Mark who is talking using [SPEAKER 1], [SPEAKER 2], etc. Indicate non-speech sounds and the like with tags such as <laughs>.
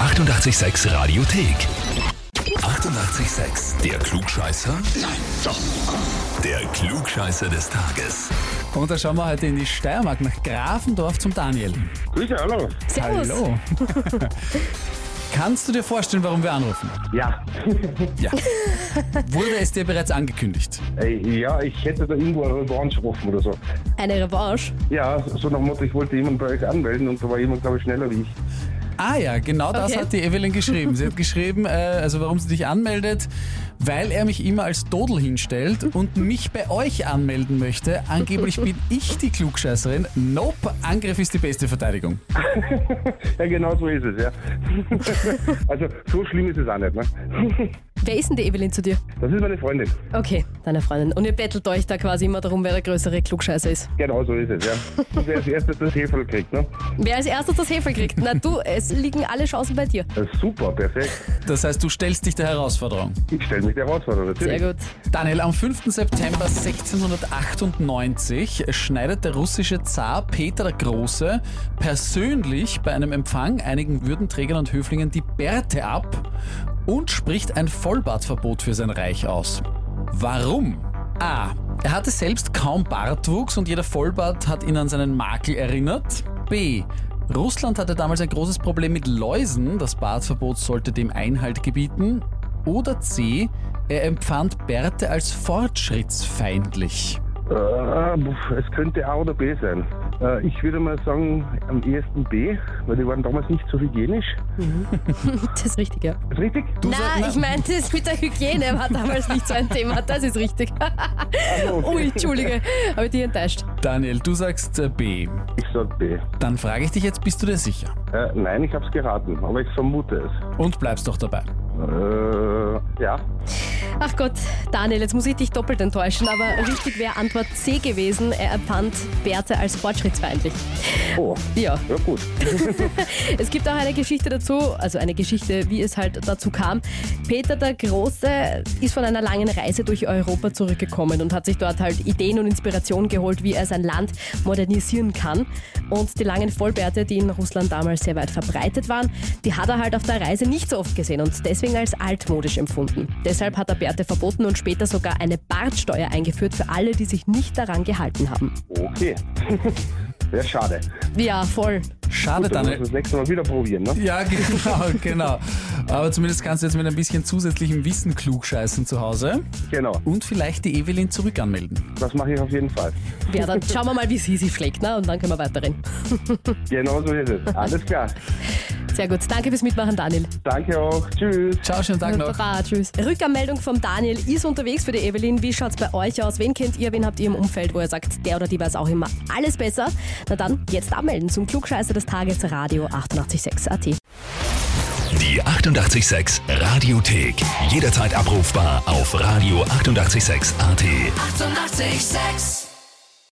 [SPEAKER 1] 886 Radiothek. 88,6. Der Klugscheißer? Nein, doch. Der Klugscheißer des Tages.
[SPEAKER 2] Und da schauen wir heute in die Steiermark nach Grafendorf zum Daniel.
[SPEAKER 3] Grüße, hallo.
[SPEAKER 4] Servus.
[SPEAKER 2] Hallo. Kannst du dir vorstellen, warum wir anrufen?
[SPEAKER 3] Ja. <laughs>
[SPEAKER 2] Ja. Wurde es dir bereits angekündigt?
[SPEAKER 3] Ey, ja, ich hätte da irgendwo eine Revanche gerufen oder so.
[SPEAKER 4] Eine Revanche.
[SPEAKER 3] Ja, so nach dem Motto, ich wollte jemanden bei euch anmelden und da war jemand, glaube ich, schneller wie ich.
[SPEAKER 2] Ah ja, genau das
[SPEAKER 4] Okay.
[SPEAKER 2] hat die Evelyn geschrieben. Sie hat geschrieben, äh, also warum sie dich anmeldet, weil er mich immer als Dodel hinstellt und mich bei euch anmelden möchte. Angeblich bin ich die Klugscheißerin. Nope, Angriff ist die beste Verteidigung.
[SPEAKER 3] Ja, genau so ist es, ja. <laughs> also, so schlimm ist es auch nicht, ne?
[SPEAKER 4] <laughs> Wer ist denn die Evelyn zu dir?
[SPEAKER 3] Das ist meine Freundin.
[SPEAKER 4] Okay, deine Freundin. Und ihr bettelt euch da quasi immer darum, wer der größere Klugscheißer ist.
[SPEAKER 3] Genau so ist es, ja. Und wer als erstes das Heferl kriegt, ne?
[SPEAKER 4] Wer als erstes das Hefe kriegt. Na du, es liegen alle Chancen bei dir.
[SPEAKER 3] Das ist super, perfekt.
[SPEAKER 2] Das heißt, du stellst dich der Herausforderung.
[SPEAKER 3] Ich stelle mich der Herausforderung,
[SPEAKER 4] Sehr
[SPEAKER 3] natürlich.
[SPEAKER 4] gut.
[SPEAKER 2] Daniel, am 5. September 1698 schneidet der russische Zar Peter der Große persönlich bei einem Empfang einigen Würdenträgern und Höflingen die Bärte ab und spricht ein Vollbartverbot für sein Reich aus. Warum? A. Er hatte selbst kaum Bartwuchs und jeder Vollbart hat ihn an seinen Makel erinnert. B. Russland hatte damals ein großes Problem mit Läusen, das Bartverbot sollte dem Einhalt gebieten. Oder C. Er empfand Bärte als fortschrittsfeindlich.
[SPEAKER 3] Äh, pf, es könnte A oder B sein. Äh, ich würde mal sagen, am ehesten B, weil die waren damals nicht so hygienisch.
[SPEAKER 4] Das ist richtig, ja.
[SPEAKER 3] Ist richtig?
[SPEAKER 2] Du sag-
[SPEAKER 4] Na, ich meinte, das mit der Hygiene war damals nicht so ein Thema. Das ist richtig. Ui, Entschuldige. Habe ich dich enttäuscht.
[SPEAKER 2] Daniel, du sagst äh, B.
[SPEAKER 3] Ich sag B.
[SPEAKER 2] Dann frage ich dich jetzt, bist du dir sicher?
[SPEAKER 3] Äh, nein, ich hab's geraten, aber ich vermute es.
[SPEAKER 2] Und bleibst doch dabei.
[SPEAKER 3] Äh, ja,
[SPEAKER 4] Ach Gott, Daniel, jetzt muss ich dich doppelt enttäuschen, aber richtig wäre Antwort C gewesen. Er empfand Bärte als fortschrittsfeindlich.
[SPEAKER 3] oh,
[SPEAKER 4] Ja.
[SPEAKER 3] ja gut.
[SPEAKER 4] Es gibt auch eine Geschichte dazu, also eine Geschichte, wie es halt dazu kam. Peter der Große ist von einer langen Reise durch Europa zurückgekommen und hat sich dort halt Ideen und Inspiration geholt, wie er sein Land modernisieren kann. Und die langen Vollbärte, die in Russland damals sehr weit verbreitet waren, die hat er halt auf der Reise nicht so oft gesehen und deswegen als altmodisch empfunden. Deshalb hat er Bärte verboten und später sogar eine Bartsteuer eingeführt für alle, die sich nicht daran gehalten haben.
[SPEAKER 3] Okay. <laughs> Sehr schade.
[SPEAKER 4] Ja, voll.
[SPEAKER 2] Schade,
[SPEAKER 3] Dann müssen wir
[SPEAKER 2] Daniel.
[SPEAKER 3] das nächste Mal wieder probieren, ne?
[SPEAKER 2] Ja, <laughs> genau, genau. Aber zumindest kannst du jetzt mit ein bisschen zusätzlichem Wissen klugscheißen zu Hause
[SPEAKER 3] Genau.
[SPEAKER 2] und vielleicht die Evelyn zurück anmelden.
[SPEAKER 3] Das mache ich auf jeden Fall.
[SPEAKER 4] Ja, dann schauen wir mal, wie sie sich schlägt, ne? Und dann können wir weiterreden.
[SPEAKER 3] Genau so ist es. Alles klar.
[SPEAKER 4] Sehr gut. Danke fürs Mitmachen, Daniel.
[SPEAKER 3] Danke auch. Tschüss.
[SPEAKER 2] Ciao, schönen Tag noch.
[SPEAKER 4] Baba, tschüss. Rückanmeldung vom Daniel ist unterwegs für die Evelyn. Wie schaut's bei euch aus? Wen kennt ihr? Wen habt ihr im Umfeld, wo ihr sagt, der oder die weiß auch immer alles besser? Na dann, jetzt abmelden zum Klugscheißer des Tages, Radio 886 AT.
[SPEAKER 1] Die 88,6 Radiothek. Jederzeit abrufbar auf radio886.at. 88,6.
[SPEAKER 5] Eighty-eight, sex.